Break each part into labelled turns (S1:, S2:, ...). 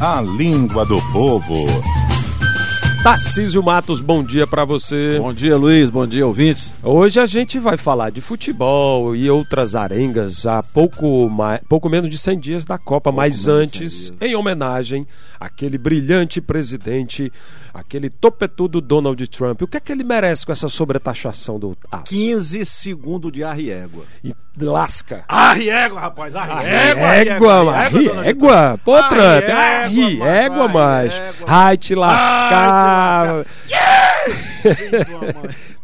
S1: A língua do povo.
S2: Tarcísio Matos, bom dia pra você.
S3: Bom dia, Luiz. Bom dia, ouvintes.
S2: Hoje a gente vai falar de futebol e outras arengas há pouco, mais, pouco menos de 100 dias da Copa, mas
S3: menos de 100
S2: antes,
S3: dias.
S2: em homenagem àquele brilhante presidente, aquele topetudo Donald Trump. O que é que ele merece com essa sobretaxação do aço?
S3: 15 segundos de arriégua.
S2: E lasca.
S3: Arriégua, rapaz.
S2: Égua, mano. Égua. Pô, Trump. Arri, égua, mais. Ai, te lascar.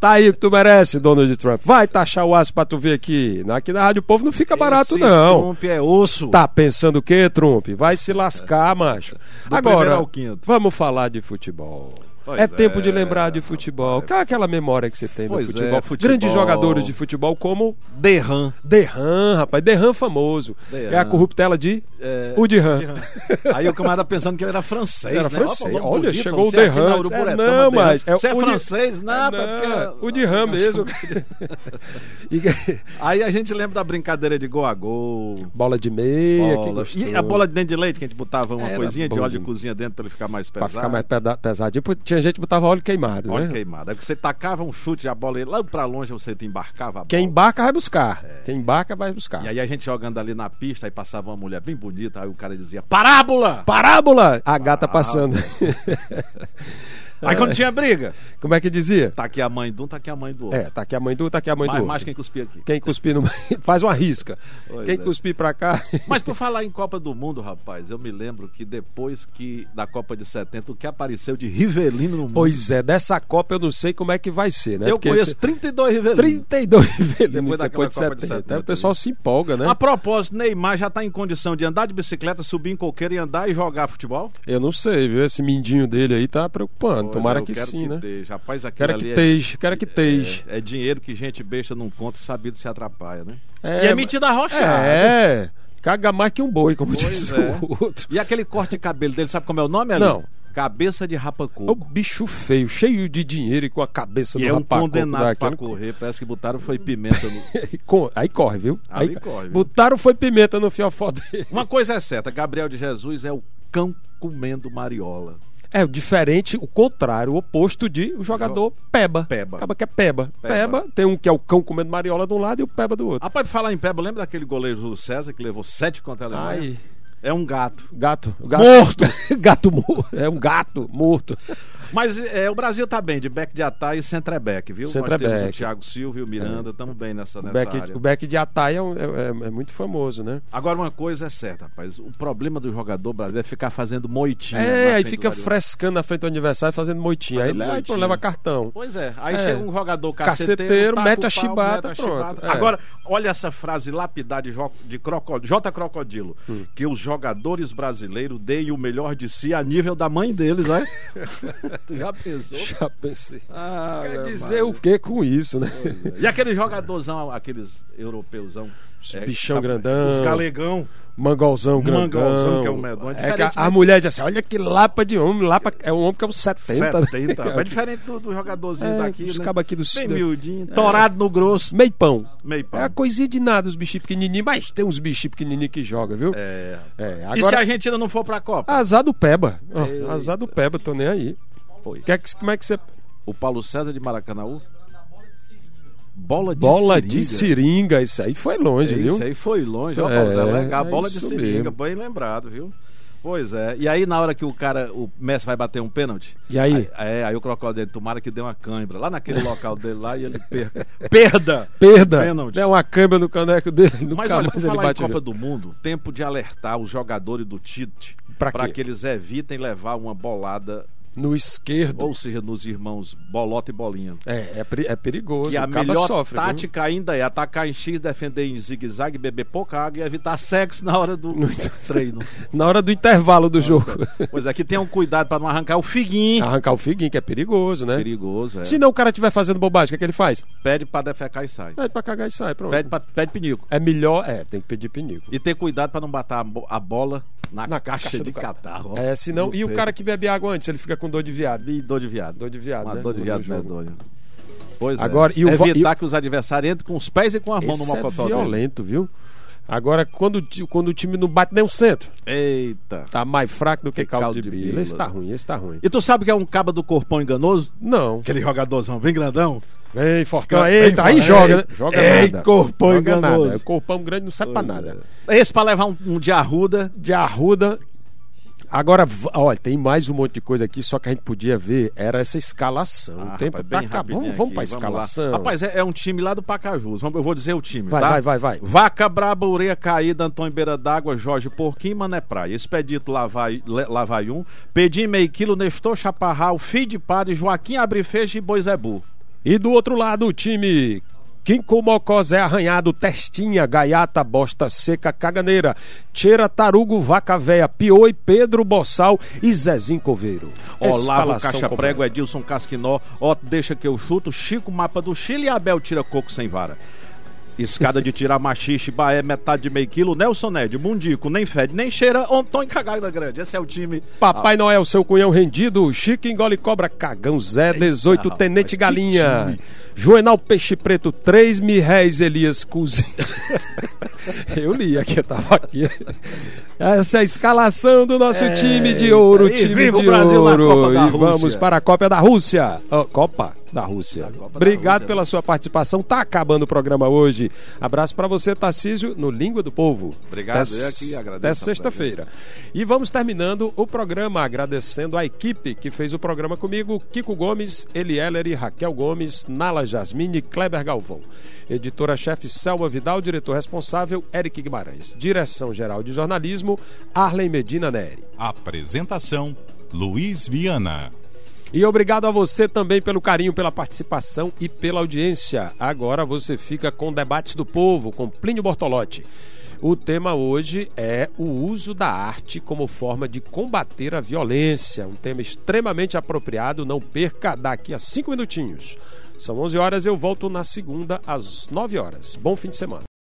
S2: Tá aí o que tu merece, Donald Trump. Vai taxar o aço pra tu ver aqui. Na- Aqui na Rádio Povo não
S3: Tá
S2: fica barato, não.
S3: Trump é osso.
S2: Tá pensando o quê, Trump? Vai se lascar, macho.
S3: Do primeiro
S2: Agora,
S3: ao quinto.
S2: vamos falar de futebol.
S3: Pois
S2: é tempo de
S3: é,
S2: lembrar de futebol. Qual é aquela memória que você tem do
S3: Pois é,
S2: futebol?
S3: futebol.
S2: Grandes jogadores de futebol como
S3: Derram.
S2: Derran, rapaz. Derran famoso.
S3: Derran.
S2: É a corruptela de
S3: É,
S2: o Derran.
S3: Aí o camarada pensando que ele era francês.
S2: Era
S3: né?
S2: francês.
S3: Ó, nome
S2: Olha,
S3: bonito,
S2: chegou o
S3: você aqui na
S2: Derran.
S3: Uruburetama,
S2: É, não,
S3: Derran.
S2: mas é
S3: Você é
S2: o de-
S3: francês? Não, é
S2: Não,
S3: porque-
S2: o Derran mesmo. E-
S3: Aí a gente lembra da brincadeira de gol a gol.
S2: bola de meia. que
S3: bola-
S2: gostoso.
S3: E a bola de dente de leite que a gente botava uma
S2: Era
S3: coisinha de
S2: bom
S3: óleo de
S2: demais.
S3: cozinha dentro pra ele ficar mais
S2: Pra
S3: pesado.
S2: ficar mais peda- pesadinho. Pô, Tinha gente que botava óleo queimado,
S3: Óleo
S2: né?
S3: queimado. Aí você tacava um chute, a bola ia lá pra longe, você embarcava a bola.
S2: Quem embarca vai buscar. Quem embarca vai buscar.
S3: É. E aí a gente jogando ali na pista, aí passava uma mulher bem bonita, aí o cara dizia, parábola!
S2: Parábola! A
S3: Ah,
S2: gata passando.
S3: Aí quando tinha briga,
S2: Como é que dizia?
S3: tá aqui a mãe de um, tá aqui a mãe do outro.
S2: É, tá aqui a mãe do, tá aqui a mãe
S3: mais,
S2: do.
S3: mais
S2: outro.
S3: quem cuspia aqui.
S2: Quem cuspir no... faz uma risca.
S3: Pois
S2: Quem
S3: é.
S2: cuspir pra cá.
S3: Mas por falar em Copa do Mundo, rapaz, eu me lembro que depois que da Copa de 70, o que apareceu de Rivelino no mundo.
S2: Pois é, dessa Copa eu não sei como é que vai ser, né?
S3: eu
S2: Porque
S3: conheço
S2: esse-
S3: 32 Rivelino.
S2: 32 velhinhos
S3: Depois daquela
S2: depois de
S3: Copa de
S2: 70.
S3: 70,
S2: O pessoal se empolga, né?
S3: A propósito, Neymar já tá em condição de andar de bicicleta, subir em coqueiro e andar e jogar futebol?
S2: Eu não sei, viu? Esse mindinho dele aí tá preocupando.
S3: Pois
S2: Tomara
S3: é, eu
S2: que
S3: quero
S2: sim, né?
S3: Deixe. Rapaz, aquilo
S2: Quero
S3: ali
S2: que
S3: é-
S2: esteja, quero que esteja.
S3: É, é dinheiro que gente besta não conta e sabido se atrapalha, né?
S2: É,
S3: e é metida arrochada.
S2: É, caga mais que um boi, como
S3: Pois
S2: diz
S3: é.
S2: o outro.
S3: E aquele corte de cabelo dele, sabe como é o nome, ali?
S2: Não.
S3: Cabeça de
S2: É um
S3: rapacu.
S2: bicho feio, cheio de dinheiro e com a cabeça
S3: E
S2: do
S3: é um
S2: rapaz.
S3: condenado pra correr. Parece que botaram foi pimenta no...
S2: Aí corre, viu?
S3: Ali corre, viu?
S2: Botaram foi pimenta no fiofó dele.
S3: Uma coisa é certa, Gabriel de Jesus é o cão comendo mariola.
S2: É, o diferente, o contrário, o oposto de o jogador Peba.
S3: Peba.
S2: Acaba que é Peba.
S3: Peba.
S2: Peba. tem um que é o cão comendo mariola de um lado e o Peba do outro.
S3: Rapaz, pra falar em Peba, lembra daquele goleiro do César que levou sete contra a Alemanha?
S2: Ai.
S3: É um gato.
S2: Gato, gato.
S3: Morto.
S2: gato morto. É um gato morto.
S3: Mas é, o Brasil tá bem, de back de atar e centreback, viu?
S2: Centroback.
S3: Nós temos o Thiago Silva e o Miranda, estamos bem nessa,
S2: É. O
S3: nessa
S2: back,
S3: área.
S2: o back de Atai é, um- é- é- é muito famoso, né?
S3: Agora, uma coisa é certa, rapaz. O problema do jogador brasileiro é ficar fazendo moitinha. na
S2: É, aí
S3: frente
S2: fica
S3: do guarda-
S2: frescando na frente do aniversário fazendo moitinha. Aí,
S3: Fazendo
S2: aí tu
S3: moitinha.
S2: leva cartão.
S3: Pois é. Aí
S2: É.
S3: chega um jogador caceteiro,
S2: Caceteiro,
S3: taca
S2: mete
S3: o
S2: a
S3: pau,
S2: chibata,
S3: mete a
S2: pronto,
S3: chibata.
S2: é.
S3: Agora, olha essa frase lapidar de, jo- de croco- J. Crocodilo.
S2: Hum.
S3: Que os jogadores brasileiros deem o melhor de si a nível da mãe deles, né? tu já pensou?
S2: Já pensei.
S3: Ah,
S2: Quer
S3: meu
S2: dizer
S3: mano.
S2: o que com isso, né?
S3: E aquele jogadorzão, aqueles europeuzão. é,
S2: Os bichão grandão.
S3: Os galegão.
S2: Mangolzão grandão.
S3: Mangauzão, que é um medonho.
S2: É
S3: Diferente,
S2: que a, a
S3: né?
S2: mulher diz assim, olha que lapa de homem. Lapa é um homem que é um 70. né?
S3: 70. É diferente do, do jogadorzinho
S2: É,
S3: daqui,
S2: os
S3: né?
S2: cabos aqui do sul.
S3: Bem miudinho, torado no grosso.
S2: Meio pão.
S3: Meio pau.
S2: É a coisinha de nada, os bichinhos pequenininhos. Mas tem uns bichinhos pequenininhos que joga, viu? É.
S3: E se a
S2: agora,
S3: Argentina não for pra Copa?
S2: azar do Peba. Ó, azar do Peba, tô nem aí. Quer que- como é que você...
S3: O Paulo César de Maracanãú? Bola de
S2: Bola
S3: seringa.
S2: de seringa, isso aí foi longe,
S3: É,
S2: viu?
S3: Isso aí foi longe, ó,
S2: É,
S3: Paulo Zé, legal.
S2: é
S3: bola de
S2: isso
S3: seringa,
S2: mesmo.
S3: bem lembrado, viu? Pois é. E aí na hora que o cara, o Messi vai bater um pênalti?
S2: E aí?
S3: É, aí o crocodilo tomara que dê uma cãibra lá naquele local dele lá e ele perca. Perda!
S2: Perda.
S3: Pênalti.
S2: É uma câmera no caneco dele. Nunca
S3: Mas olha, por
S2: mais ele
S3: falar em
S2: bate o
S3: Copa
S2: jogo.
S3: do Mundo, tempo de alertar os jogadores do Tite
S2: Pra
S3: para
S2: quê?
S3: que eles evitem levar uma bolada,
S2: No esquerdo.
S3: ou seja, nos irmãos Bolota e Bolinha.
S2: É, é, peri- é perigoso.
S3: Que a
S2: o cara
S3: melhor
S2: sofre. viu?
S3: tática ainda é atacar em X, defender em zigue-zague, beber pouca água e evitar sexo na hora do treino.
S2: Na hora do intervalo do jogo.
S3: pois é, que tenham cuidado para não arrancar o figuinho.
S2: Arrancar o figuinho, que é perigoso, né?
S3: Perigoso, é.
S2: Se não o cara estiver fazendo bobagem, o que, é que ele faz?
S3: Pede para defecar e sai.
S2: Pede pra cagar e sai, pronto.
S3: Pede, pra, pede pinico.
S2: É melhor, é, tem que pedir pinico.
S3: E ter cuidado para não bater a, bo- a bola na,
S2: Na
S3: caixa,
S2: caixa do
S3: de
S2: catarro.
S3: catarro. ó.
S2: É, senão. E o
S3: Não
S2: cara que bebe água antes, ele fica com dor de viado.
S3: E dor de viado.
S2: Dor de viado,
S3: Uma
S2: né?
S3: dor de
S2: No
S3: viado
S2: jogo.
S3: medonha. Pois
S2: Agora,
S3: é.
S2: e o vo-
S3: Evitar
S2: e
S3: que os adversários entrem com os pés e com a mão no
S2: Esse é
S3: mocotó dele.
S2: violento, viu? Agora, quando, o ti- quando o time não bate nem o centro,
S3: Eita.
S2: tá mais fraco do que, caldo, de bila. Esse tá
S3: né?
S2: ruim, esse tá ruim.
S3: E tu sabe que é um caba do corpão enganoso?
S2: Não.
S3: Aquele jogadorzão bem grandão.
S2: Ei, Fortão,
S3: Ei,
S2: eita, aí
S3: Fortão,
S2: joga,
S3: ei,
S2: né? Joga
S3: ei,
S2: nada.
S3: corpão
S2: joga nada. É
S3: enganoso.
S2: O é. corpão grande não serve pra nada.
S3: Esse pra levar um, um de arruda.
S2: de Arruda. Agora, v- olha, tem mais um monte de coisa aqui, só que a gente podia ver, era essa escalação. o tempo
S3: Ah,
S2: tá
S3: rapaz, bem
S2: acabando.
S3: rapidinho
S2: Vamos, vamos
S3: aqui,
S2: pra
S3: lá.
S2: escalação.
S3: Rapaz, é, é um time lá do Pacajus. Vamos- Eu vou dizer o time,
S2: Vai,
S3: tá?
S2: vai, vai, vai.
S3: Vaca Braba, Ureia Caída, Antônio Beira d'Água, Jorge Porquinho, Mané Praia. Expedito Lavai, Le- Lavaium, Pedim Meio Quilo, Nestor Chaparral, Fih de Padre, Joaquim Abrifeixe e Boizebu.
S2: E do outro lado, o time. Kinko Mocós é arranhado, Testinha, Gaiata, Bosta Seca, Caganeira, Tcheira, Tarugo, Vaca Véia, Pioi, Pedro Bossal e Zezinho Coveiro.
S3: Olavo
S2: Escalação
S3: Caixa
S2: completa.
S3: Prego, Edilson Casquinó, Otto Deixa Que Eu Chuto, Chico Mapa do Chile e Abel Tira Coco Sem Vara. Escada de tirar machixe, Baé, metade de meio quilo, Nelson Ned, Mundico, nem fede, nem cheira, Antônio Cagada Grande. Esse é o time.
S2: Papai Noel, seu cunhão rendido, Chico engole cobra, cagão Zé, 18,
S3: rapaz,
S2: Tenente
S3: que
S2: Galinha,
S3: time.
S2: Joenal Peixe Preto, 3 mil réis, Elias Cusi. eu li aqui, eu tava aqui. Essa é a escalação do nosso time de ouro,
S3: É, e
S2: time
S3: viva o
S2: de
S3: Brasil na
S2: ouro.
S3: Copa da
S2: E vamos
S3: Rússia.
S2: para a Copa da Rússia. Ó, Copa da Rússia.
S3: Copa da
S2: Obrigado
S3: Rússia. né?
S2: pela sua participação. Tá acabando o programa hoje. Abraço para você, Tarcísio, no Língua do Povo.
S3: Obrigado, eu é que agradeço
S2: Até
S3: a
S2: sexta-feira. E vamos terminando o programa agradecendo a equipe que fez o programa comigo: Kiko Gomes, Elieler e Raquel Gomes, Nala Jasmine e Kleber Galvão. Editora-chefe Selma Vidal, diretor responsável Eric Guimarães. Direção-geral de jornalismo Arlen Medina Neri.
S1: Apresentação: Luiz Viana.
S2: E obrigado a você também pelo carinho, pela participação e pela audiência. Agora você fica com Debates do Povo, com Plínio Bortolotti. O tema hoje é o uso da arte como forma de combater a violência. Um tema extremamente apropriado, não perca daqui a cinco minutinhos. São 11 horas, eu volto na segunda às 9 horas. Bom fim de semana.